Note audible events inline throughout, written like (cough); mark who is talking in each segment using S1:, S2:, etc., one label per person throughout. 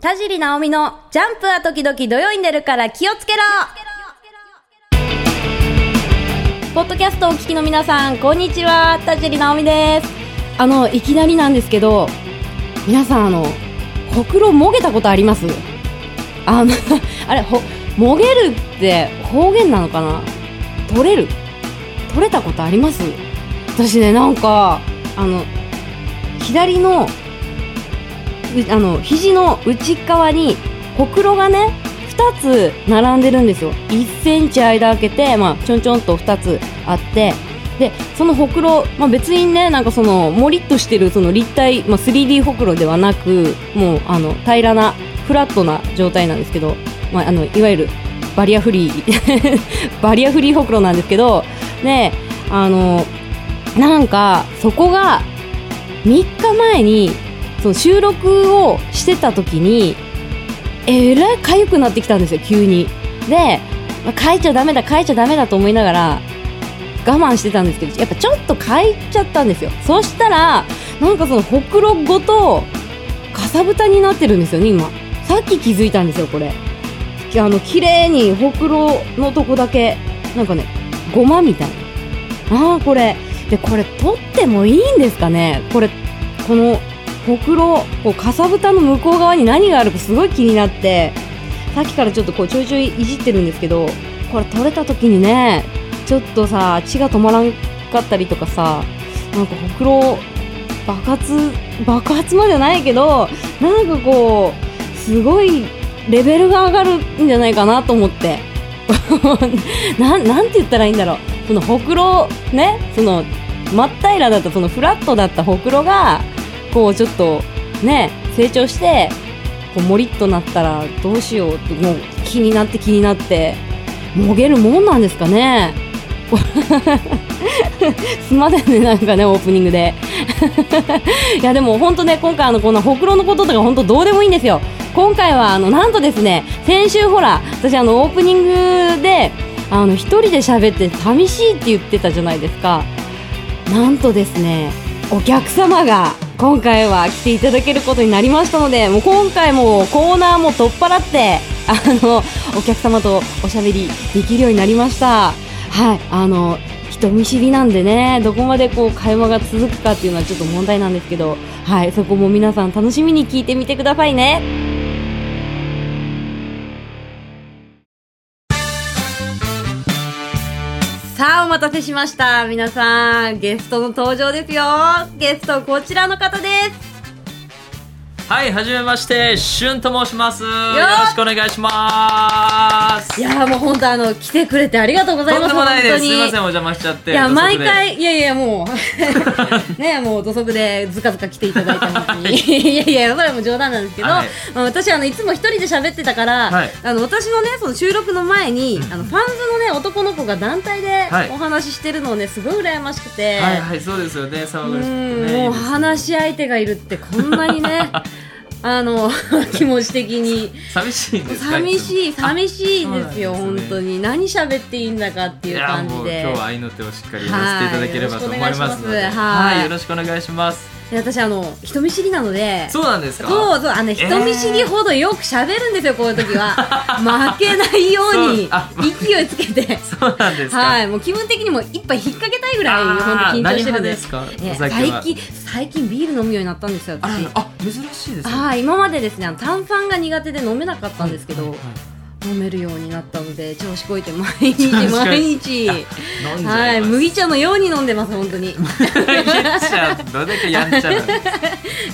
S1: 田尻直美のジャンプは時々土曜に出るから気をつけろポッドキャストをお聞きの皆さんこんにちは田尻直美ですあのいきなりなんですけど皆さんあのほくろもげたことありますあの (laughs) あれほもげるって方言なのかな取れる取れたことあります私ねなんかあの左のうあの肘の内側にほくろがね2つ並んでるんですよ1センチ間開けて、まあ、ちょんちょんと2つあってでそのほくろ、まあ、別にねなんかそのもりっとしてるその立体、まあ、3D ほくろではなくもうあの平らなフラットな状態なんですけど、まあ、あのいわゆるバリアフリー (laughs) バリアフリーほくろなんですけどねあのなんかそこが3日前にその収録をしてた時にえらい痒くなってきたんですよ急にで、まあ、書いちゃダメだ書いちゃダメだと思いながら我慢してたんですけどやっぱちょっと書いちゃったんですよそしたらなんかそのほくろごとかさぶたになってるんですよね今さっき気づいたんですよこれあの綺麗にほくろのとこだけなんかねごまみたいなああこれでこれ取ってもいいんですかねこれこのほくろこうかさぶたの向こう側に何があるかすごい気になってさっきからちょっとこうちょいちょいいじってるんですけどこれ取れた時にねちょっとさ血が止まらんかったりとかさなんかほくろ爆発爆発まではないけどなんかこうすごいレベルが上がるんじゃないかなと思って (laughs) ななんて言ったらいいんだろうそのほくろねその真っ平らだったそのフラットだったほくろがこうちょっとね成長してこうもりっとなったらどうしようってもう気になって気になってもげるもんなんですかね (laughs) すまだねなんかねオープニングで (laughs) いやでも本当ね今回あのこのほくろのこととか本当どうでもいいんですよ今回はあのなんとですね先週ほら私あのオープニングであの一人で喋って寂しいって言ってたじゃないですかなんとですねお客様が今回は来ていただけることになりましたのでもう今回もコーナーも取っ払ってあのお客様とおしゃべりできるようになりましたはいあの人見知りなんでねどこまでこう会話が続くかっていうのはちょっと問題なんですけどはいそこも皆さん楽しみに聞いてみてくださいねさあ、お待たせしました。皆さん、ゲストの登場ですよ。ゲスト、こちらの方です。
S2: はい、はじめまして、しゅんと申します。よ
S1: ー
S2: ろしくお願いします。
S1: いやーもう本当あの、来てくれてありがとうござい
S2: とん
S1: ます。
S2: でもないです。す
S1: 本当
S2: み
S1: に
S2: ません、お邪魔しちゃって。
S1: いや、
S2: 土足
S1: 毎
S2: で。
S1: 回、いやいや、もう、 (laughs) ね、もう土足でずかずか来ていただいたのに、いやいや、それはもう冗談なんですけど、
S2: はい
S1: まあ私、あの、いつも一人で喋ってたから、
S2: はい
S1: あの、私のね、その収録の前に、あの、ファンズのね、男の子が団体で
S2: はい
S1: お話ししてるのをね、すごい羨ましくて、
S2: はい、はい、そうですよね、騒がしくて
S1: うん
S2: ね。
S1: もう話し相手がいるってこんなに
S2: (laughs)
S1: ねあの気持ち的に
S2: 寂しいんですか
S1: 寂しい
S2: つもあ
S1: 寂しい
S2: そうなん
S1: で
S2: ですす
S1: よ
S2: ね
S1: 本当に何喋っていいんだかって
S2: い
S1: いう
S2: や、
S1: 感
S2: も
S1: じ
S2: う今
S1: で
S2: 日は愛の手をしっかり言わせていただければと思いますので。
S1: はいよろしくお願いしますはい
S2: よろしくお願いします。
S1: で私あの人見知りなので
S2: そうなんですか
S1: そうそうあの、
S2: えー
S1: 人見知りほどよく喋るんですよこういう時
S2: (laughs)
S1: は負けないように
S2: そう
S1: (laughs)
S2: あ
S1: 勢いつけて
S2: そうなんですか
S1: はいもう気分的にも一杯引っ掛けたいぐらい本
S2: あー
S1: 当緊張してるん
S2: 何派
S1: で
S2: ですか
S1: え
S2: お酒は
S1: 最近最近ビール飲むようになったんですよ
S2: あ
S1: 私
S2: あ、珍しいですね。
S1: はい、今までですね、あの炭酸が苦手で飲めなかったんですけど、
S2: はいはい
S1: 飲めるようになったので、調子こいて毎日
S2: 調子こいて
S1: 毎日、
S2: 飲んじ
S1: は
S2: ゃ
S1: い、
S2: います。
S1: 麦茶のように飲んでます、本当
S2: (laughs)
S1: に。い
S2: 麦茶、どれだけや (laughs) んちゃなの。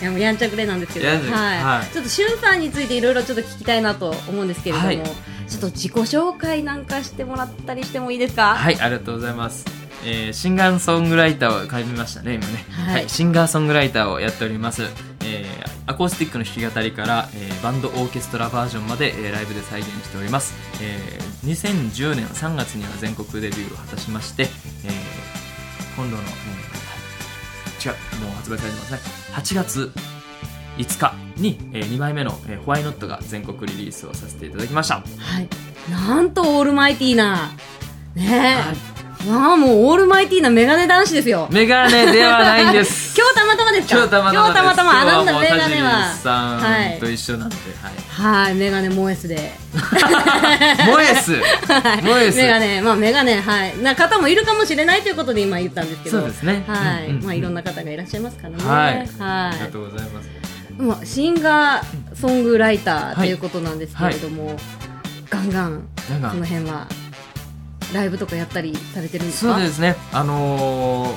S1: や、もうやんちゃくれなんですけど、は
S2: や
S1: い
S2: んちゃくれはい
S1: ちょっとしゅんさんについていろいろちょっと聞きたいなと思うんですけれども、
S2: はい
S1: ちょっと自己紹介なんかしてもらったりしてもいいですか。
S2: はい、ありがとうございます。えーシンガーソングライターを買いましたね、今ね、
S1: は
S2: はいい。シンガーソングライターをやっております。えーアコースティックの弾き語りから、えーバンドオーケストラバージョンまで、えーライブで再現しております。えー2010年3月には全国デビューを果たしまして、えー今度の、えー違う、もう発売されてますね。8月5日に、え2枚目の、えーホワイノットが全国リリースをさせていただきました。
S1: はい、なんとオールマイティーな、ねえ、ああ、もうオールマイティーなメガネ男子ですよ。
S2: メガネではないんで
S1: (laughs)
S2: す
S1: 今日たまたまですか
S2: 今日たまたまです
S1: 今日たまたまあな
S2: 今
S1: たメ
S2: 日はもう
S1: ガネは。
S2: 田尻さんと
S1: い。
S2: 一緒なんで、はい
S1: はい、メガネモエスで。
S2: モエス
S1: はい
S2: モエス
S1: メガネ、まあメガネ、はい。な方もいるかもしれないということで今言ったんですけど。
S2: そうですね
S1: はい。
S2: うんうんうん
S1: まあいろんな方がいらっしゃいますからね。
S2: はい、ありが
S1: は
S2: とうございます
S1: い。まあシンガーソングライターということなんですけれども、ガンガン、
S2: なんか
S1: この辺は、ライブとかやったりされてるんですか
S2: そうですね、あのー、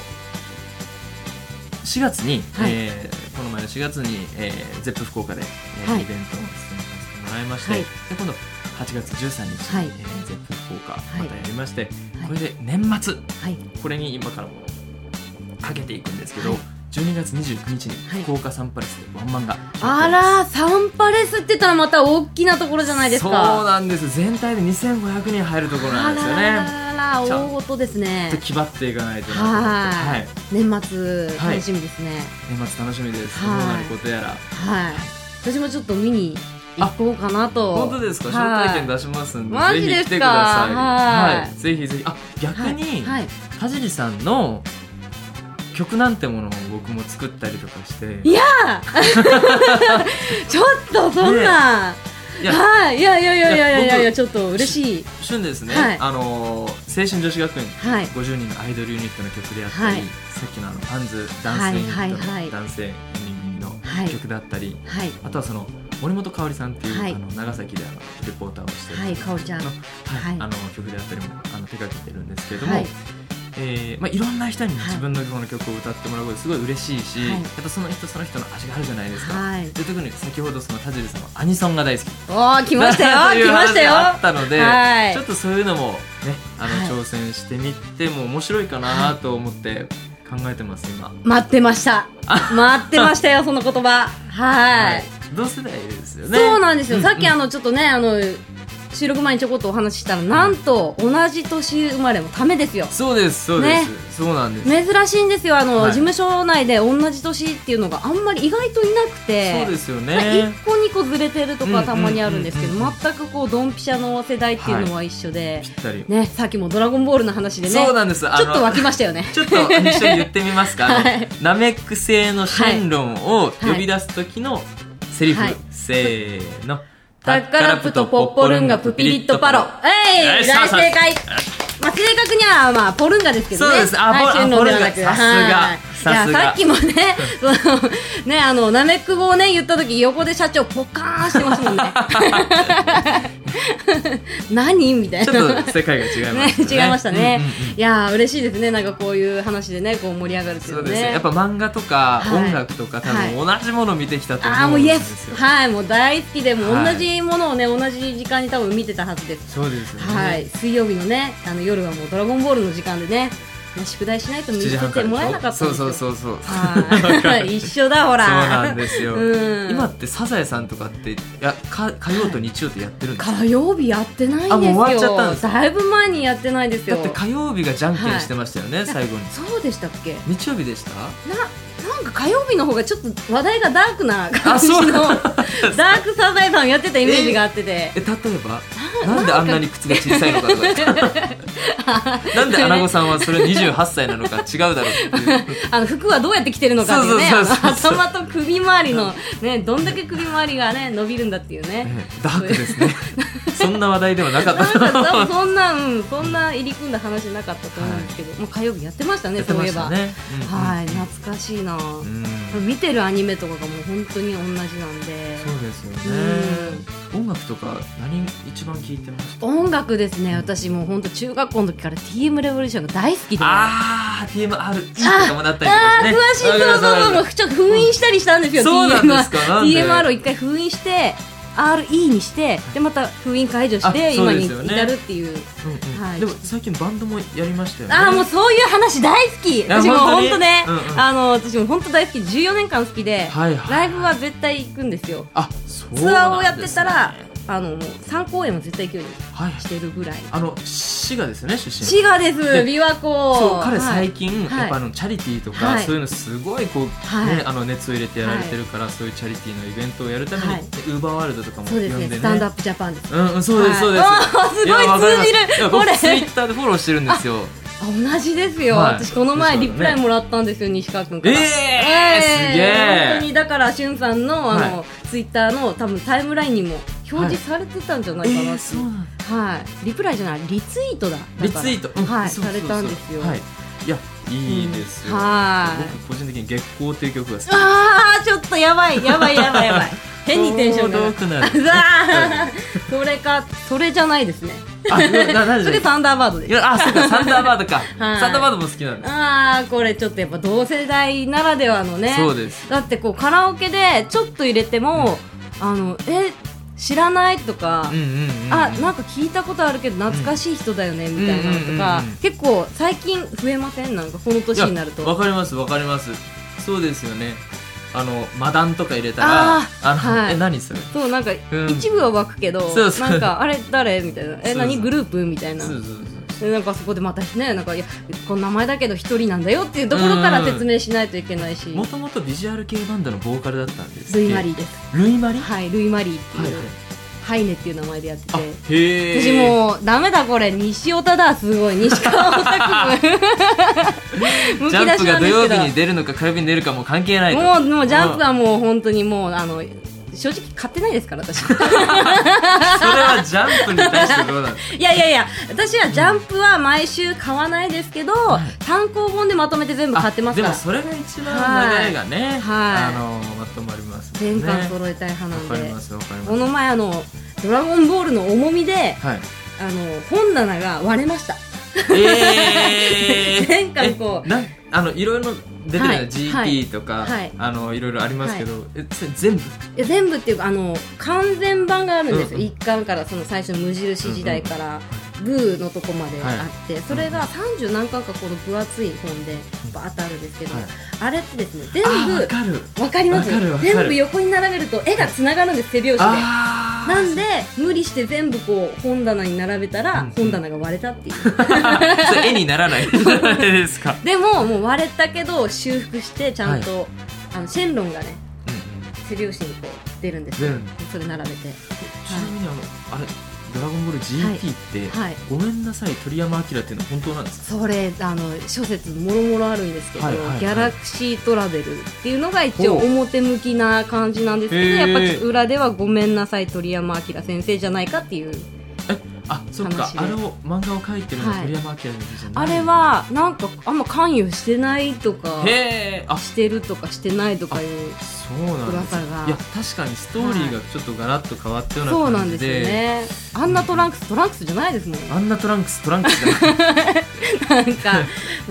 S2: 4月に、
S1: はい
S2: えーこの前の4月に、えー、ゼップ福岡で、えー
S1: はい
S2: イベントを出演させてもらいまして、
S1: はい
S2: で今度8月13日に、
S1: はい
S2: えーゼップ福岡
S1: はい
S2: またやりまして、
S1: はい
S2: これで年末
S1: はい。
S2: これに今からもかけていくんですけど、
S1: はい
S2: 12月29日
S1: はい
S2: に福岡サンパレスでワンマンが決まってお
S1: あ
S2: ります
S1: ら、サンパレスって言ったらまた大きなところじゃないですか。
S2: そうなんです全体で2500人入るところなんですよ
S1: あら
S2: ね
S1: ららら
S2: ちゃん
S1: 大事です
S2: ちょ
S1: ね
S2: っと。気張っていかないとなと思って
S1: は、
S2: はいい、
S1: 年末
S2: はい
S1: 楽しみですね。
S2: 年末楽しみですどう
S1: はい
S2: なることやら
S1: はい。私もちょっと見に行こうかなと。
S2: 本当ですか招
S1: はい
S2: 待券出しますんで、
S1: マジ
S2: ぜひ
S1: です
S2: 来
S1: か
S2: てください
S1: はい
S2: はいぜひぜひあ逆に、
S1: はい。はい
S2: 田尻さんの曲なんてものを僕も作ったりとかして
S1: いやー (laughs) ちょっとそんな。
S2: いや
S1: はい。いやいやいやいやいやいやい
S2: いや
S1: や
S2: 僕
S1: ちょっと嬉しい。
S2: 旬ですね、
S1: はい
S2: あのー青春女子学院
S1: はい。
S2: 50人のアイドルユニットの曲であったり、
S1: はい
S2: さっきのあのパンズダンスユニットの、
S1: はいはいはい
S2: 男性ユニット
S1: はい
S2: の曲だったり、
S1: はい。
S2: あとはその森本香織さんっていう、
S1: はい
S2: あの長崎であのレポーターをしてる
S1: はい香織ちゃん
S2: の,、はい
S1: はい
S2: あの曲であったりもあの手掛けてるんですけれども、
S1: はいい
S2: えーまあ、いろんな人に
S1: はい
S2: 自分のこの曲を歌ってもらうことすごい嬉しいし、
S1: はい
S2: やっぱその人その人の味があるじゃないですか。
S1: はい。
S2: で特に先ほどその田尻さんのアニソンが大好き
S1: おー来ました
S2: (laughs) とい
S1: よ。
S2: う
S1: 来ましたよ。
S2: 話があったので、
S1: はい
S2: ちょっとそういうのもねあの
S1: はい
S2: 挑戦してみても面白いかなと思って考えてます今。
S1: 待ってました。待ってましたよその言葉。はい。
S2: 同世代ですよね。
S1: そうなんですよ、さっきあ
S2: の
S1: のちょっとねあの収録前にちょこっとお話ししたらなんと同じ年生まれのためですよ
S2: そうですそうです、
S1: ね
S2: そうなんです。
S1: 珍しいんですよあの、
S2: はい
S1: 事務所内で同じ年っていうのがあんまり意外といなくて
S2: そうですよ
S1: まあ
S2: ね。
S1: 1個2個ずれてるとかたまにあるんですけど、
S2: うんうんうんうん
S1: 全くこうドンピシャの世代っていうのは一緒で、
S2: ぴったり。
S1: ねさっきも「ドラゴンボール」の話でね
S2: そうなんです。あ
S1: ち
S2: の
S1: ょっと湧きましたよね
S2: ちょっと一緒に言ってみますか。
S1: はい
S2: あのナメック星のシェンロンを呼び出す時のセリフ。
S1: はい
S2: せーの。
S1: タッカラプとポッポルンガプピリットパロ。え
S2: よ
S1: い
S2: しさあ
S1: 大
S2: さあ
S1: 正解まあ、正確には、まあ、ポルンガですけどね。
S2: そうですあ
S1: はい
S2: ポル
S1: シェンロンではなく
S2: あポルンガ
S1: はい
S2: さすがさすが
S1: いや、さっきもね、 (laughs) その、ね、あの、ナメック語をね、言った時、横で社長、ポカーンしてますもん
S2: (laughs)
S1: ね。何みたいな。
S2: ちょっと世界が違いま
S1: ね、
S2: す、ね。
S1: 違いましたね
S2: うんうんうん。
S1: いやー、嬉しいですね。なんかこういう話でね、こう盛り上がるっていう
S2: そ
S1: の
S2: う
S1: ね。
S2: ですね。やっぱ漫画とか
S1: はい
S2: 音楽とか多
S1: はい
S2: 分同じものを見てきたと
S1: あー
S2: 思
S1: も
S2: う
S1: うんイエ
S2: です
S1: ス
S2: よ。
S1: はいもう大好きでもう
S2: は
S1: 同
S2: い
S1: じものをね同じ時間に多分見てたはずです
S2: そうですよね。
S1: はい、水曜日のねあの夜はもう「ドラゴンボール」の時間でねね宿題しないと見
S2: 7時
S1: せ
S2: 半か
S1: て
S2: らでしょ
S1: もらえなかったんですよ
S2: そうそうそうそう。
S1: はい一緒だほら
S2: そうなんですよ、
S1: うん
S2: 今ってサザエさんとかっていやか火曜と日曜ってやってるんですか、
S1: 火曜日やってないんですよ
S2: あもう終わっちゃったんですか
S1: だいぶ前にやってないですよ
S2: だって火曜日がじゃんけんしてましたよね、最後に
S1: そうでしたっけ
S2: 日曜日でした
S1: ななんか火曜日の方がちょっと話題がダークな感じ
S2: あそう
S1: のダークサザエさんをやってたイメージがあってて
S2: え例えばなんであんなに靴が小さいのかとか
S1: (laughs)
S2: なんでアナゴさんはそれ28歳なのか違うだろうっていう
S1: (laughs) あの服はどうやって着てるのかっていうね
S2: そうそうそうそう
S1: あの頭と首周りの、ね、どんだけ首周りが、ね、伸びるんだっていうね。
S2: ねダークですねそんな話題ではなかった
S1: なんか多分そんな、うん、そんな入り組んだ話なかったと思うんですけど、もう火曜日やってましたね、
S2: やって
S1: そう
S2: ま
S1: いえ
S2: し
S1: ば。
S2: たね、うんうん
S1: はい、懐かしいな、
S2: うん
S1: 見てるアニメとかがもう本当に同じなんで。
S2: そうですよね音楽とか何一番聞いてました
S1: 音楽ですね、私もう本当中学校の時から TM レボリューションが大好きで。
S2: あー TMR とかもなったりと
S1: あ
S2: か
S1: ー
S2: ね
S1: 詳しいそうそうそうもうちょっと封印したりしたんですよ、
S2: そうなんですか
S1: TMR
S2: なんで
S1: TMR を一回封印して RE にしてでまた封印解除し
S2: あ
S1: て
S2: そう
S1: 今
S2: で
S1: に
S2: すよね
S1: 至るっていう
S2: うんうん
S1: はい
S2: でも最近バンドもやりましたよね
S1: ああもうそういう話大好き
S2: や
S1: 私も
S2: 本当
S1: 本
S2: に
S1: 当ね、
S2: うんうん
S1: あの私も本当大好き14年間好きで、
S2: はいはい
S1: ライブは絶対行くんですよ
S2: あそうなんですね
S1: ツアーをやってたら、あのもう3公演は絶対行くよう
S2: はい
S1: にしてるぐらい
S2: あの滋賀ですよね出身
S1: 滋賀です
S2: で
S1: 琵琶湖
S2: そう彼
S1: はい
S2: 最近、
S1: はい
S2: やっぱあのチャリティーとか、
S1: はい
S2: そういうのすごいこう、
S1: はい
S2: ね、あの熱を入れてやられてるから、そういうチャリティーのイベントをやるために、
S1: はい
S2: ウーバーワールドとかも呼
S1: そうんで
S2: です
S1: ね
S2: ね
S1: スタンドアップジャパンです
S2: うんうんそうですそうです、
S1: はいあーすごい
S2: やわかりま
S1: 通
S2: す
S1: じる
S2: や
S1: これ
S2: 僕ツイッターでフォローしてるんですよ
S1: あ同じですよ、
S2: はい
S1: 私この前
S2: そうだ
S1: リ
S2: ね
S1: プライもらったんですよ、西川君から
S2: えーすげえ
S1: 本当にだからしゅんさんのあの、
S2: は
S1: ツイッターの多分タイムラインにも表示されてたんじゃないかなっていう、
S2: なん
S1: はいリプライじゃないリツイートだだから
S2: リツイート、うん
S1: はい
S2: そうそうそ
S1: さ
S2: う
S1: れたんですよ
S2: はい、いやいいですよ、
S1: うんはい
S2: 僕個人的に月光っていう曲が好き
S1: あーちょっとやばいやばいやばいやば
S2: (laughs)
S1: い変にテンションが
S2: ちょうどくなる
S1: う (laughs) わーそれかそれじゃないですね
S2: あなな
S1: そ
S2: 何
S1: れ
S2: で
S1: (laughs) サンダーバードです
S2: いやあそうかサンダーバードか、
S1: (laughs) はい
S2: サンダーバードも好きなんです
S1: ああこれちょっとやっぱ同世代ならではのね
S2: そうです
S1: だってこうカラオケでちょっと入れても、あのえ知らないとか、
S2: うんうんうんうん
S1: あなんか聞いたことあるけど懐かしい人だよね、みたいなのとか、
S2: うんうんうんうん
S1: 結構最近増えませんなんかこの年になる
S2: いやわ
S1: と
S2: かりますわかりますそうですよねあのマダンとか入れたら
S1: あ
S2: あ
S1: ー
S2: の、
S1: はい
S2: え何それ
S1: そうなんか
S2: うん
S1: 一部は湧くけど、
S2: そうそう
S1: なんかあれ誰みたいな
S2: そう
S1: え
S2: そう
S1: 何グループみたいな
S2: そうそうそう
S1: でなんかそこでまたねなんかいやこの名前だけど一人なんだよっていうところから説明しないといけないし、
S2: もともとビジュアル系バンドのボーカルだったんです
S1: ルイマリ
S2: ー
S1: ーです
S2: ルイマリー
S1: はいルイマリーっていう、
S2: はいはい
S1: ハイネっていう名前でやってて
S2: あへえ
S1: 私もうダメだこれ西尾田だすごい西川オタク部 (laughs) む
S2: ジ
S1: き
S2: ャ
S1: 出
S2: ンプ
S1: しな
S2: が
S1: ん
S2: 土
S1: で
S2: 曜
S1: す
S2: 日に
S1: け
S2: 出るのか火曜日に出るかもう関係ない
S1: ど
S2: と
S1: もうもうジャンプはもう本当にもうあの正直買ってないですから私
S2: (laughs) それはジャンプに対してどうなの
S1: (laughs) いやいやいや私はジャンプは毎週買わないですけど、単行本でまとめて全部買ってます
S2: で
S1: か
S2: も
S1: ら
S2: それが一番長いが
S1: はい
S2: ね、あのまとまりますも
S1: 全
S2: んね
S1: 巻揃えたい派なん
S2: わかり
S1: で
S2: ますわかります
S1: この前あの「ドラゴンボール」の重みで
S2: はい
S1: あの本棚が割れました
S2: え
S1: (laughs)
S2: ー、
S1: 前回こう
S2: えなあのいろいろ出てるの、
S1: はい
S2: GT とか、
S1: はい
S2: あのいろいろありますけど、えそれ全部
S1: いや全部っていうかあの完全版があるんですよ、
S2: うんうん
S1: 一巻からその最初の無印時代から、ブーのとこまであって、それが30何巻かこの分厚い本でバーッとあるんですけど、
S2: はい
S1: あれってですね全
S2: あーわ
S1: 部
S2: かる
S1: わかります
S2: わかるわかる
S1: 全部横に並べると絵がつながるんです手拍子で
S2: あー
S1: なんで無理して全部こう本棚に並べたら
S2: うん
S1: 本棚が割れたって
S2: (laughs)
S1: いう、
S2: それ絵にならないじゃないですか、
S1: でももう割れたけど修復してちゃんと、あのシェンロンがね
S2: うんうん
S1: 手拍子にこう出るんですよ、
S2: 出るん
S1: それ並べて
S2: ちなみにあのあれ「ドラゴンボール GT」って、
S1: はい
S2: ごめんなさい鳥山明っていうのは本当なんですか
S1: それあの諸説もろもろあるんですけど、
S2: はいはいはい
S1: ギャラクシートラベルっていうのが一応
S2: ほう
S1: 表向きな感じなんですけど
S2: へ
S1: や
S2: ー
S1: っぱちょっと裏では「ごめんなさい鳥山明先生じゃないか」っていう
S2: えあそっか
S1: 話で
S2: あれを漫画を描いてるのは鳥山明先生じゃな
S1: あ
S2: い、
S1: れはなんかあんま関与してないとか
S2: へえあ
S1: してるとかしてないとかいう
S2: そうなんです
S1: 噂が
S2: いや確かにストーリーがちょっとガラッと変わったような
S1: そうな
S2: 感
S1: んで
S2: じ
S1: す
S2: で,、
S1: よねあんなトランクストランクスじゃないですもん
S2: あんなトランクストランクスじゃ
S1: (laughs)
S2: ない
S1: なんか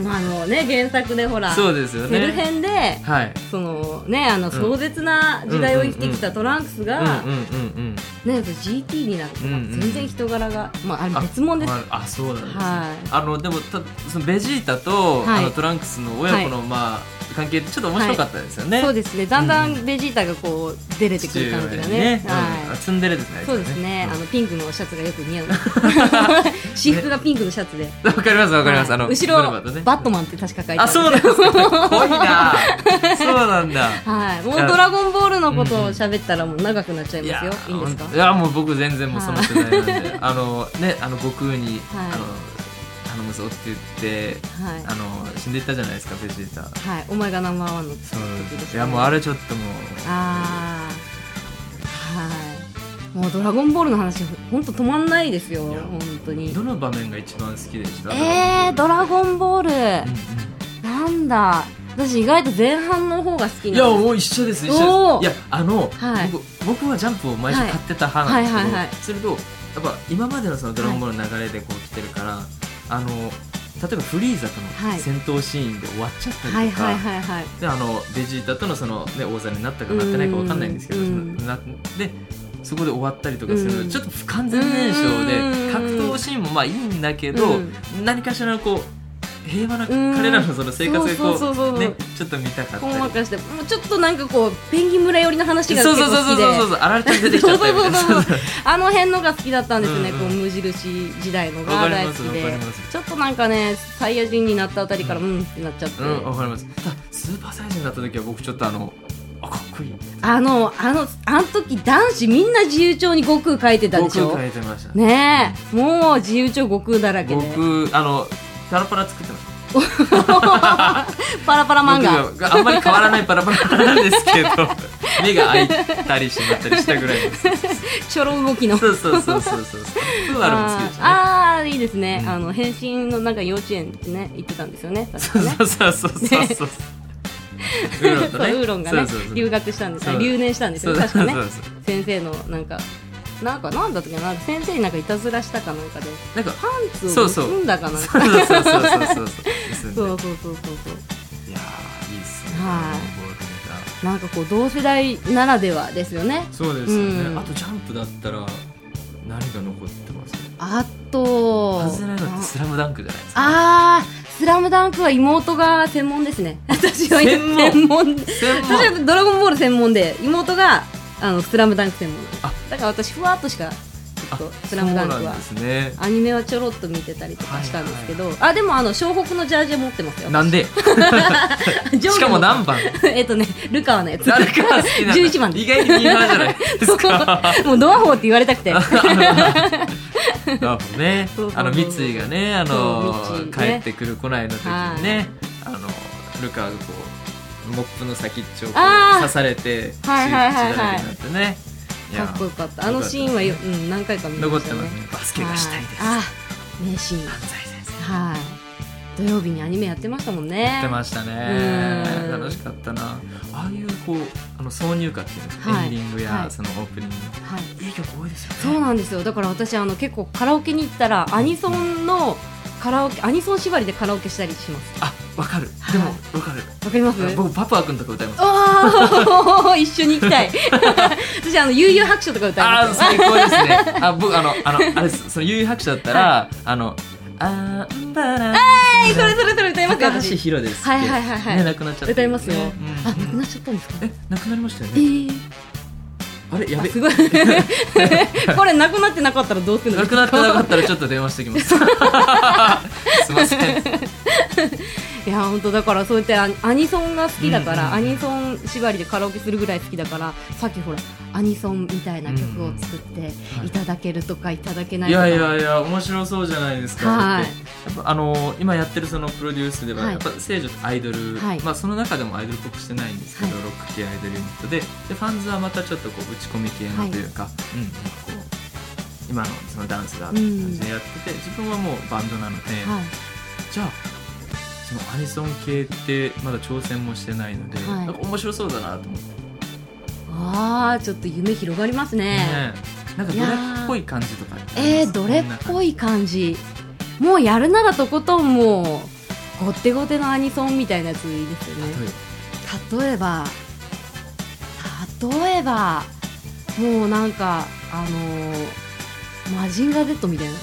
S1: まああのね原作でほら
S2: そうですよ
S1: セル
S2: ね
S1: 編で
S2: はい
S1: そのねあの壮絶な時代を生きてきたトランクスが、
S2: うんうんうんうん
S1: ね、それ GT になると
S2: うんうんうん
S1: 全然人柄が、まあ、あれ別物です、
S2: まあ、あそうなんですね、
S1: はい
S2: あのでもたそのベジータと、
S1: はい
S2: あのトランクスの親子の、まあ関係ってちょっと面白かったですよね、
S1: そう
S2: で
S1: ですねだんだ
S2: うん
S1: ベジータがこう出れてくる感じがね
S2: うん、
S1: は
S2: あツンデレですね
S1: い、そうですね、
S2: あ
S1: あ
S2: い
S1: のピンクのシャツがよく似合う
S2: (laughs)
S1: 私服がピンクのシャツで、
S2: つねわかりますわかります、
S1: はい
S2: あの
S1: 後ろ
S2: ブルマとね
S1: バットマンって確か書いてる
S2: あそうなんですか濃いなそうなんだ
S1: はい、もうドラゴンボールのことを喋ったらもう長くなっちゃいますよ、いいんです
S2: ほ
S1: か
S2: んいやもう僕全然もうその
S1: はい
S2: 世代なんであのねあの悟空に、
S1: はい
S2: あの頼むぞって言って、
S1: はい、
S2: あの死んでいったじゃないですかベジータ
S1: はい、お前がナンバーワンの
S2: そう
S1: 時です
S2: い
S1: ね
S2: やもうあれちょっともう
S1: ああはいもう「ドラゴンボール」の話ほんと止まんないですよ
S2: いや
S1: 本当に
S2: どの場面が一番好きでした
S1: えー、ドラゴンボール、
S2: うん
S1: なんだ私意外と前半の方が好き
S2: うん
S1: な
S2: いや
S1: んです
S2: もう一緒です一
S1: おー
S2: 緒ですいやあの、
S1: はい
S2: 僕僕はジャンプを毎週買ってた派なんですけど、
S1: はいはいはいはい
S2: それとやっぱ今までのそのドラゴンボールの流れでこう来てるから、あの例えばフリーザと
S1: は
S2: の
S1: い
S2: 戦闘シーンで終わっちゃった
S1: はい
S2: りとか、
S1: はいはいはい
S2: であのベジータとのその、ね、王座になったかなってないかわかんないんですけど、
S1: うん
S2: そのなでそこで終わったりとかするので
S1: うん
S2: ちょっと不完全燃焼で
S1: うん
S2: 格闘シーンもまあいいんだけど、
S1: うん
S2: 何かしらのこう平和
S1: う
S2: な
S1: ん
S2: 彼らのその生活
S1: そ
S2: が
S1: うそうそう
S2: こ
S1: そう
S2: うねちょっと見たかった
S1: ほん
S2: り
S1: ま。かしてもうちょっとなんかこうペンギン村寄りの話が
S2: そう
S1: 結
S2: そうそう
S1: 構好きで
S2: そうそうそうあられちゃん出てきち
S1: そ
S2: ゃ
S1: う
S2: った
S1: そう
S2: よね
S1: そう
S2: そ
S1: そうう
S2: そう
S1: (laughs) あの辺のが好きだったんですね、
S2: うんうん
S1: こう無印時代の
S2: わか
S1: が
S2: り
S1: 大
S2: ま
S1: 好き
S2: すわか
S1: で
S2: ります
S1: ちょっとなんかねサイヤ人になったあたりからうんってなっちゃって、
S2: うんわかりますただスーパーサイズになった時は僕ちょっとあのあかっこいい
S1: あの、あの、あの時男子みんな自由帳に悟空書いてたで
S2: 僕
S1: しょ
S2: 変えてました
S1: ねえ、もう自由帳悟空だらけで。
S2: 僕あのパラパラ作ってました
S1: (laughs) パラパラ漫画
S2: 僕があんまり変わらないパ (laughs) ラパラなんですけど目が開いたり閉まったりしたぐらい
S1: (laughs)
S2: です
S1: ちょろ動きの
S2: そうそうそうそうそうそうあるも好きでしたね
S1: あーあーいいですね、
S2: うん
S1: あの変身のなんか幼稚園ってね行ってたんですよね確か
S2: そう
S1: に
S2: (laughs)
S1: ね
S2: そうそうそうそうそうウーロンとね
S1: そうウーロンがね
S2: そうそうそう
S1: 留学したんです
S2: そ
S1: ね
S2: う
S1: 留年したんです
S2: そ
S1: よ
S2: う
S1: ね
S2: そう
S1: 確
S2: そ
S1: か
S2: う
S1: ね先生のなんかなんかなんだったっけな先生になんかいたずらしたかなんかで
S2: なんか
S1: パンツ
S2: そう
S1: を
S2: そう
S1: 盗んだかなんか
S2: そうそうそうそうそうそ
S1: そ
S2: うそう
S1: うそうそうそうそう
S2: いやーいいっすね
S1: はい
S2: ゴールデンネタ
S1: なんかこう同世代ならではですよね
S2: そうですよね、
S1: うん
S2: あとジャンプだったら何が残ってます
S1: あと
S2: 外れるのってスラムダンクじゃないですか
S1: あースラムダンクは妹が専門ですね (laughs) 私は
S2: 専門
S1: 専門
S2: 専門
S1: 私はドラゴンボール専門で妹があのスラムダンク専門なんです
S2: あ
S1: だから私ふわっとしかちょ
S2: あ
S1: っとスラムダン
S2: そ
S1: ク
S2: うな
S1: は
S2: んですね
S1: アニメはちょろっと見てたりとかしたんですけど、あでもあの湘北のジャージは持ってますよ
S2: なんで
S1: (laughs) 上下の
S2: しかも何番
S1: (laughs) えっとねルカワのやつ
S2: 誰かが好きなんだ
S1: 11番です
S2: 意外に右側じゃない
S1: (laughs)
S2: ですか
S1: もうドアホーって言われたくて
S2: なるほ (laughs) どね
S1: そうそうそう
S2: あの三井がねあの
S1: そう三井ね
S2: 帰ってくる来ないの時にねあのルカがこうモップの先っちょをこ
S1: あ
S2: う
S1: ー
S2: 刺されて血血
S1: はいはいはい
S2: だ
S1: はい
S2: らけになってねい
S1: か
S2: や
S1: っこよかったあのシーンはよ、うん、何回か見ま
S2: 残っ
S1: してた
S2: ま
S1: ね
S2: すねバスケがしたいです
S1: ああ名シーン
S2: 安西先生
S1: はい土曜日にアニメやってましたもんね
S2: やってましたね
S1: うん
S2: 楽しかったなああいうこうあの挿入歌っていうんですか、
S1: はい
S2: エンディングや、
S1: はい
S2: そのオープニング
S1: はい
S2: いい曲多いですよね
S1: そうなんですよだから私あの結構カラオケに行ったらアニソンのカラオケアニソン縛りでカラオケしたりします
S2: あわかる
S1: はい
S2: でもわかる、
S1: わかります
S2: 僕パプア君とか歌います
S1: ああ一緒に行き
S2: (laughs)
S1: たい私あの悠々白書とか歌い
S2: あ
S1: ま
S2: ー
S1: す
S2: 最高ですねあ僕あのあのあれ
S1: (laughs)
S2: ですその悠々白書だったら、あのあーんばら
S1: はいそれそれそれ歌いますよ
S2: 高橋
S1: 私
S2: ひろです
S1: はいはいはいはい
S2: ね、亡くなっちゃった、
S1: 歌いますよ
S2: ね
S1: あなく
S2: うん
S1: なっちゃったんですか
S2: え亡くなりましたよ
S1: え
S2: ね
S1: ー、
S2: (laughs) あれやべ
S1: すごいこれなくなってなかったらどうするんで
S2: 亡
S1: す
S2: く
S1: か
S2: なってなかったらちょっと電話してきます
S1: (laughs)
S2: (laughs) すいません
S1: いや本当だからそうやってアアニソンが好きだから、
S2: うん
S1: アニソン縛りでカラオケするぐらい好きだからさっきほらアニソンみたいな曲を作って
S2: うんはい
S1: いただけるとかいただけない
S2: い
S1: とか
S2: やいやいや面白そうじゃないですか、
S1: はい
S2: だってやっぱあのー今やってるそのプロデュースでは、
S1: はい
S2: やっぱ聖女とアイドル、
S1: はい
S2: まあ、その中でもアイドルっぽくしてないんですけど、
S1: はい
S2: ロック系アイドルユニットででファンズはまたちょっとこう打ち込み系のというか、うん、なんかこう今のそのダンスだって感じでやってて、自分はもうバンドなので、
S1: はい
S2: じゃあそのアニソン系ってまだ挑戦もしてないので、
S1: はい
S2: なんか面白そうだなと思って、
S1: あーちょっと夢広がりますね
S2: ねなんかドレっぽい感じとかってあり
S1: え
S2: ま
S1: ー、
S2: す
S1: どれっぽい感じもうやるならとことんもうごってごてのアニソンみたいなやついいですよ
S2: こんな感じ
S1: ね
S2: 例え
S1: 例えば例えばもうなんかあのーマジンガー Z みたいな
S2: ば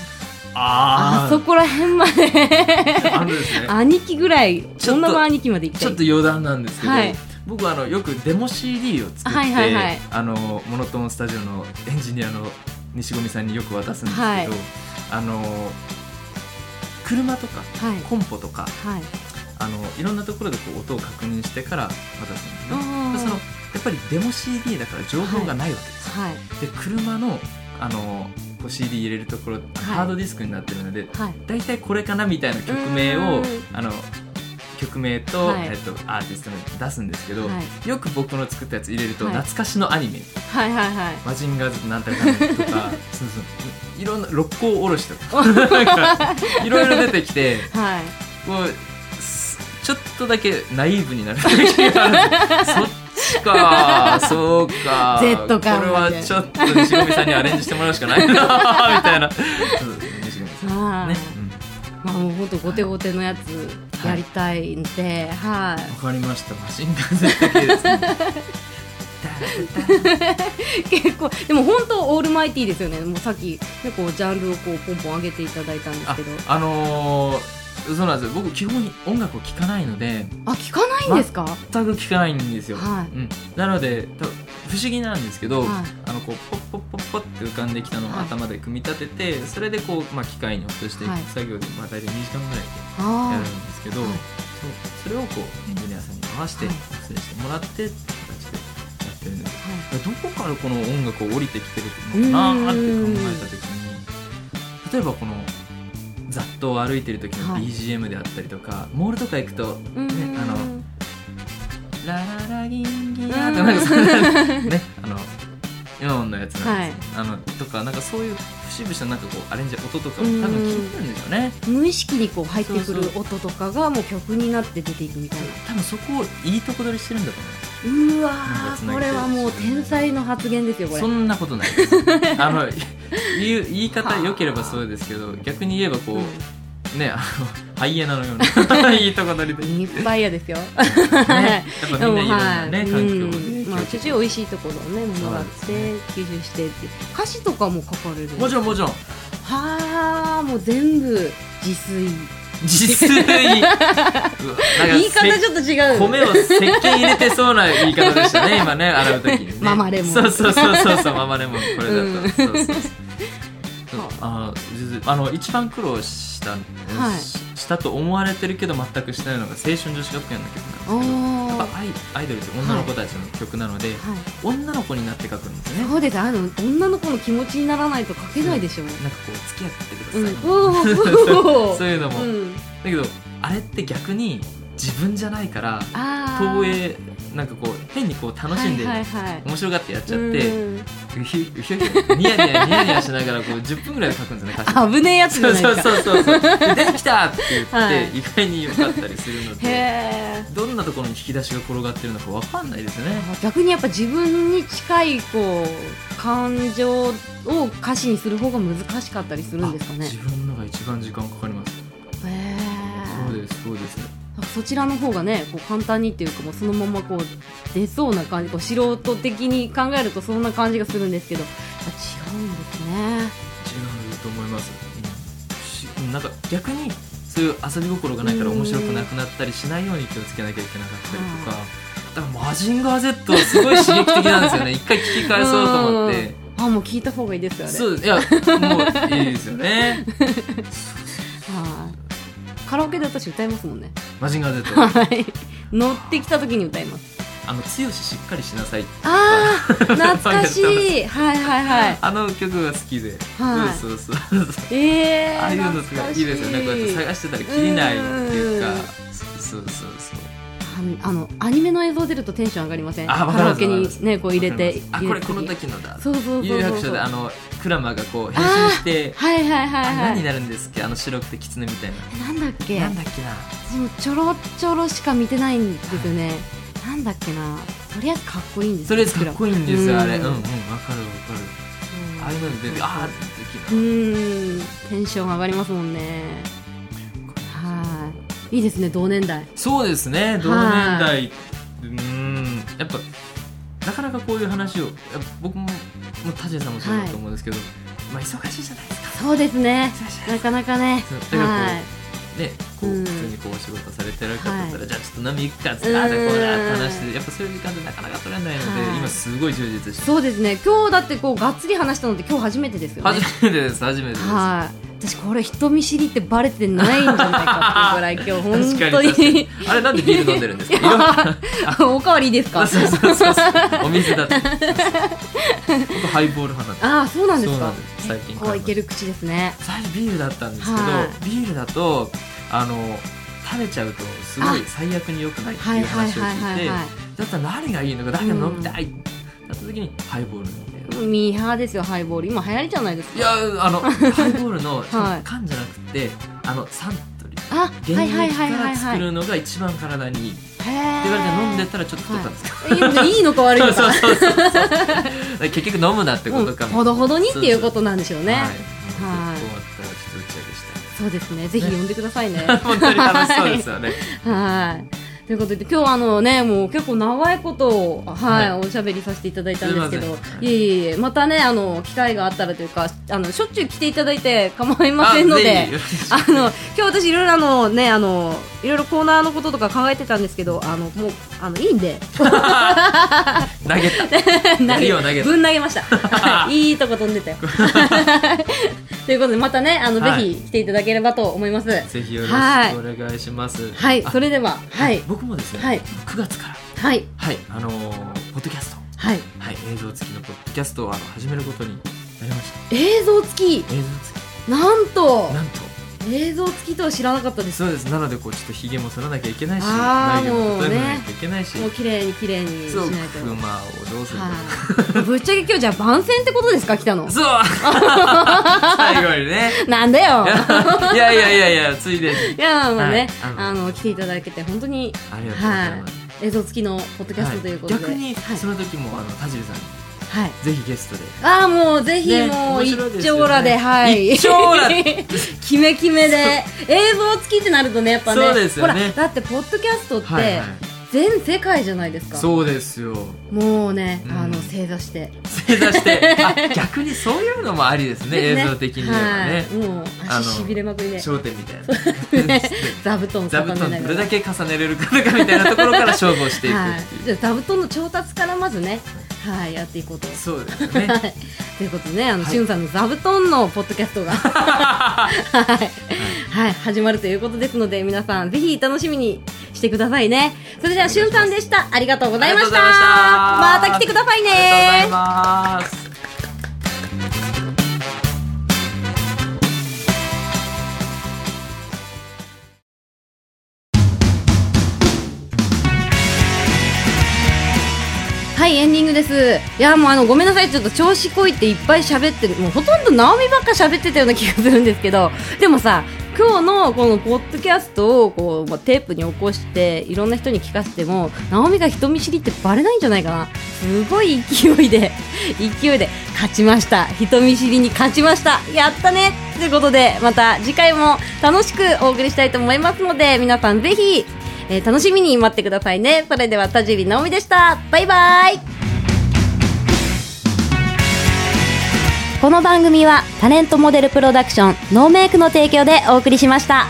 S2: あ
S1: あ
S2: ー
S1: そこら辺ま
S2: (laughs)
S1: で
S2: あるんですね
S1: 兄貴ぐらい
S2: ちょっと
S1: 女の兄貴まで行き
S2: ち
S1: た
S2: ょっ
S1: い
S2: と余談なんですけど、
S1: はい
S2: 僕はあのよくデモ CD を作って、
S1: はいはいはい
S2: あのモノトーンスタジオのエンジニアの西込さんによく渡すんですけど、
S1: はい
S2: あの車とか
S1: はい
S2: コンポとか
S1: はい
S2: あのいろんなところでこう音を確認してから渡すんですね。
S1: あー
S2: でそのやっぱりデモ CD だから情報がないわけですよ。
S1: はい
S2: で車のあのこう CD 入れるところ、ハードディスクになってるので
S1: はい
S2: 大体これかなみたいな曲名を
S1: うん
S2: あの曲名と,、
S1: はい
S2: えっとアーティスト名出すんですけど、
S1: は
S2: よく僕の作ったやつ入れると、
S1: はい
S2: 懐かしのアニメ「
S1: はいはいはい
S2: マジンガーズ」なんたらかんたらとかそうそういろんな「六甲おろし」と
S1: (laughs)
S2: かなんかいろいろ出てきて
S1: はい
S2: こうすちょっとだけナイーブになる時があるんですそっ
S1: (laughs)
S2: ちかそうか
S1: Z か
S2: これはちょっと西込さんにアレンジしてもらうしかないなみたいな。そう西込さん
S1: はい、
S2: ね、う
S1: ま
S2: ん
S1: あもうほんとごてごてのやつやりたいんではい、
S2: わかりました。マシンガンズだけです、ね。
S1: (laughs) 結構でも本当オールマイティーですよねもうさっき、ね、こうジャンルをこうポンポン上げていただいたんです
S2: あ
S1: けど、
S2: あのー、そうなんですよ。僕基本音楽を聴かないので、
S1: あ聞かないんですか、
S2: 全く聴かないんですよ。
S1: はい
S2: うん、なので、多分不思議なんですけど、
S1: はい
S2: あのこうポッポッポッポッって浮かんできたのを
S1: はい
S2: 頭で組み立てて、それでこうまあ機械に落としていく
S1: はい
S2: 作業で、まあ大体2時間ぐらいでや
S1: あ
S2: るんですけど、
S1: はい
S2: そうそれをこうエンジニアさんに合わせて
S1: はい
S2: 撮影してもらってって形でやってるんですけ
S1: あ、
S2: ど
S1: はい
S2: どこからこの音楽を降りてきてるのかなって考えた時に例えばこのざっと歩いてる時の
S1: はい
S2: BGM であったりとか、モールとか行くと、
S1: う
S2: ね
S1: ん、
S2: あのラララギンギラーとかなんかそんなねあのヨンのやつなんです、あのとかなんかそういう節々のなんかこうアレンジ音とかも多分聞いてるんでしょうね
S1: 無意識にこう入ってくる
S2: そう
S1: 音とかがもう曲になって出ていくみたいな
S2: 多分そこをいいとこ取りしてるんだと思います
S1: うわ
S2: なんか繋
S1: ー
S2: げて
S1: これ
S2: る
S1: はもう天才の発言ですよこれ
S2: そんなことないですあの (laughs) 言う言い方良ければそうですけど逆に言えばこう、ねあのハイエナのよう
S1: (laughs)
S2: ないいとこ取りで、
S1: う
S2: ね、
S1: んいっぱいやですよ
S2: やっぱ
S1: はい
S2: みんないろんな
S1: (laughs)
S2: ね、環境をね
S1: うんまあ、ちょちょい美味しいところをねもらっ
S2: そ
S1: て
S2: う
S1: 吸収してって歌詞とかも書かれる
S2: もち
S1: ろん
S2: ろん
S1: (laughs)
S2: もちろん
S1: はあもう全部自炊
S2: 自炊うわなんか
S1: 言い方ちょっと違う
S2: 米を石鹸入れてそうな言い方でしたね今ね洗う時にね
S1: ママレモン
S2: そうそうそうそうそうママレモンこれだった、そうそうそうそう
S1: は
S2: あのずずあの一番苦労した、
S1: はい
S2: ししたと思われてるけど全くしてないのが青春女子学園の曲なんです
S1: お
S2: けど
S1: ー
S2: やっぱアイアイドルって女の子たちの曲なので、
S1: はい
S2: 女の子になって書くんですね
S1: そうですあの女の子の気持ちにならないと書けないでしょう
S2: なんかこう付き合ってください、
S1: うん
S2: (laughs)
S1: おー
S2: そういうのも、
S1: うん
S2: だけどあれって逆に自分じゃないから
S1: あー
S2: 東映なんかこう変にこう楽しんで、
S1: はいはいはい
S2: 面白がってやっちゃって、
S1: うん
S2: うひうひょひょニヤニヤニヤニヤしながらこう10分ぐら
S1: (laughs)
S2: いで書くんですね歌詞
S1: 危ねえやつじ
S2: そ
S1: ゃ
S2: う
S1: ない
S2: そう
S1: ですか
S2: そうそうそう
S1: (laughs)
S2: でできたって言って、
S1: はい
S2: 意外に良かったりするので
S1: へえ
S2: どんなところに引き出しが転がってるのか分かんないですね
S1: 逆にやっぱ自分に近いこう感情を歌詞にする方が難しかったりするんですかね
S2: あ自分のが一番時間かかります
S1: へえ
S2: そうですそうです
S1: そちらの方がねこう簡単にっていうかもうそのままこう出そうな感じこう素人的に考えるとそんな感じがするんですけどやっぱ違うんですね
S2: 違うと思います、うんしなんか逆にそういう遊び心がないから面白くなくなったりしないように気をつけなきゃいけなかったりとか、だからマジンガー Z すごい刺激的なんです
S1: (laughs)
S2: よね一回聞き返そうと思って。
S1: あもう聞いた方がいいですよね
S2: そういやもういいです
S1: (laughs)
S2: よね
S1: はいカラオケで私歌いますもんね
S2: マジンガー Z
S1: (laughs) はい乗ってきた時に歌います
S2: あの剛しっかりしなさい
S1: ああ懐かしい (laughs) はいはいはい
S2: あの曲が好きで、
S1: はい
S2: そうそうそう
S1: ええー、
S2: ああいうのとかいいですよねこうやって
S1: て
S2: 探してたら切りないっていうか
S1: うん
S2: そうそうそう
S1: あのアニメの映像出るとテンション上がりません
S2: あわ
S1: カ
S2: か
S1: ラ
S2: りま
S1: オ
S2: す
S1: ケにねこう入れて
S2: あこれこの
S1: 入れて
S2: 時のだ
S1: そうそうそ
S2: 有
S1: う
S2: 楽
S1: そ
S2: 町
S1: う
S2: であのクラマがこう変身して
S1: はいはいはい
S2: あ
S1: はい
S2: 何になるんですっけあの白くて狐みたいな
S1: えなんだっけ
S2: なんだっけな
S1: そのちょろちょろしか見てないんですよね、なんだっけなとりあえずかっこいいんです
S2: それかっこいいんですよあれうんう
S1: う
S2: んわ
S1: ん
S2: かるわかるああいうので出てああでき
S1: う
S2: な
S1: ーんテンション上がりますもんねはいいいですね同年代
S2: そうですね同年代うーんやっぱなかなかこういう話をやっぱ僕ももう田地さんもそうだと思うんですけど、まあ忙しいじゃないですか
S1: そうですね
S2: 忙しいじゃない
S1: なかなかね
S2: そうだからこう
S1: はい
S2: でこう
S1: うん
S2: 普通にこうお仕事されてる方だったら、
S1: は
S2: じゃあちょっと飲み行くかっつっ
S1: う
S2: て
S1: ん
S2: あじゃあこうだって話してやっぱそういう時間でなかなか取れないので、
S1: はい
S2: 今すごい充実して
S1: そうですね今日だってこうがっつり話したのって今日初めてですよね
S2: 初めてです初めてです、
S1: はい私これ人見知りってバレてないんじゃないかっていうぐらい今日
S2: 確
S1: 本
S2: か
S1: 当
S2: に確か
S1: に
S2: にあれなんでビール飲んでるんですかいろんな
S1: (laughs) おかわりいいですか
S2: あそうそうそうそうお
S1: (laughs)
S2: 店だと僕ハイボール派なんです
S1: ああそうなんです
S2: そうな
S1: か
S2: んです最近
S1: こういける口ですね
S2: 最初ビールだったんですけど、
S1: はい
S2: ビールだとあの食べちゃうとすごい最悪に良くないって
S1: はいいうはい
S2: 話を
S1: はい
S2: 聞い
S1: はい
S2: て
S1: は
S2: だったら何がいいのか誰が飲みたいってなった時にハイボール飲んで
S1: いミーハーですよハイボール今流行りじゃないですか
S2: いや
S1: (laughs)
S2: あのハイボールの
S1: はい
S2: 缶じゃなくてあのサントリー
S1: あは
S2: 原
S1: いはい
S2: 液
S1: は
S2: か
S1: いはい
S2: ら
S1: はい
S2: 作るのが一番体にいいって
S1: へ
S2: 言われて飲んで
S1: え
S2: たらちょっと太ったんですけど、
S1: いいのか悪いの
S2: (laughs) そう
S1: か
S2: そうそうそうだから結局飲むなってことか
S1: うん
S2: も、
S1: ほどほどにっていうことなんでしょうね
S2: はい、
S1: はい
S2: 終わったらちょっと打ち上げしたい
S1: そうですねぜひ呼んでくださいね
S2: 本当に楽しそうですよね。
S1: はい。ということで、今日はあのね、もう結構長いことを、はい、
S2: は
S1: おしゃべりさせていただいたんですけ
S2: すい
S1: ど
S2: ませ、ん
S1: いえいえいえ、またね、あの、機会があったらというか、あの、しょっちゅう来ていただいて構い (laughs) ませんの
S2: あ
S1: で
S2: ぜひよ、ろしく
S1: あの、今日私いろいろあの、ね、あの、いろいろコーナーのこととか考えてたんですけど、あの、もう、あの、いいんで、
S2: 投げ
S1: (laughs)
S2: た。
S1: 投
S2: やりを投げた
S1: ぶん投げました。
S2: (laughs)
S1: はいいいとこ飛んでたよ。ということで、またね、あの、
S2: はい
S1: ぜひ来ていただければと思います。
S2: ぜひよろしくお
S1: はい
S2: 願いします。
S1: はい、
S2: あ
S1: それでは、はい、
S2: 僕もですね、
S1: はい
S2: 9月から、
S1: はい、
S2: はい、あのーポッドキャスト、
S1: はい。
S2: はい、映像付きのポッドキャストをあの始めることになりました。
S1: 映像付き
S2: 映像付
S1: なんと
S2: き、なんと、
S1: 映像付きとは知らなかったです
S2: そうですなのでこうちょっとひげも剃らなきゃいけないし
S1: あー
S2: 眉毛も
S1: もうね
S2: 整えなきゃいけないし
S1: もう綺麗に綺麗にし
S2: そう
S1: ないと
S2: クマをどうするか、
S1: はいぶっちゃけ今日じゃあ番宣ってことですか来たの
S2: そう (laughs) 最後にね
S1: (laughs) なんだよ
S2: いやいやいやいやついでに
S1: いやもうね、
S2: はい
S1: あの来ていただけて本当に
S2: ありがとうござい
S1: は
S2: ます、
S1: い映像付きのポッドキャストということで、
S2: は逆に
S1: はい
S2: その時もあの田尻さんに
S1: はい
S2: ぜひゲストで
S1: ああもうぜひ
S2: ね
S1: もう
S2: 面白い
S1: 一
S2: ですよね
S1: 丁羅ではい
S2: 一丁羅
S1: (laughs) キメキメで映像付きってなるとねやっぱね
S2: そうですよね
S1: ほらだってポッドキャストって、
S2: はいはい
S1: 全世界じゃないですか
S2: そうですよ
S1: もうね、
S2: うん
S1: あの正座して
S2: 正座してあ逆にそういうのもありですね映像的に言えばね
S1: はいもう
S2: あの
S1: 足しびれまくりで
S2: 焦点みたいな
S1: 座布団を
S2: (laughs) 座布
S1: 重ね
S2: 団ど
S1: な
S2: れ
S1: がら
S2: だけ重ねれるかとかみたいなところから勝負をしていく
S1: は
S2: っ
S1: い、
S2: て
S1: じゃ
S2: いう、
S1: あ座布団の調達からまずね、はい、やっていこうと。
S2: そうですよね
S1: (laughs) はいということでね、あの、
S2: はい
S1: しゅんさんの座布団のポッドキャストが、
S2: (laughs)
S1: はい、はい、始まるということですので、皆さん、ぜひ楽しみにしてくださいね。それでは、しゅんさんでした。ありがとうございました。
S2: あ
S1: ま
S2: り
S1: た
S2: が
S1: 来て
S2: とうご
S1: く
S2: ざ
S1: ださいね。
S2: ありがとうございます
S1: はい、エンディングです。いや、もうあの、ごめんなさい。ちょっと調子こいっていっぱい喋ってる。もうほとんどナオミばっか喋ってたような気がするんですけど、でもさ、今日のこのポッドキャストをこう、まあテープに起こして、いろんな人に聞かせても、ナオミが人見知りってバレないんじゃないかな。すごい勢いで、 (laughs) 勢いで勝ちました。人見知りに勝ちました。やったねということで、また次回も楽しくお送りしたいと思いますので、皆さんぜひ、えー楽しみに待ってくださいね。それでは、田尻直美でした。バイバイこの番組は、タレントモデルプロダクション、ノーメイクの提供でお送りしました。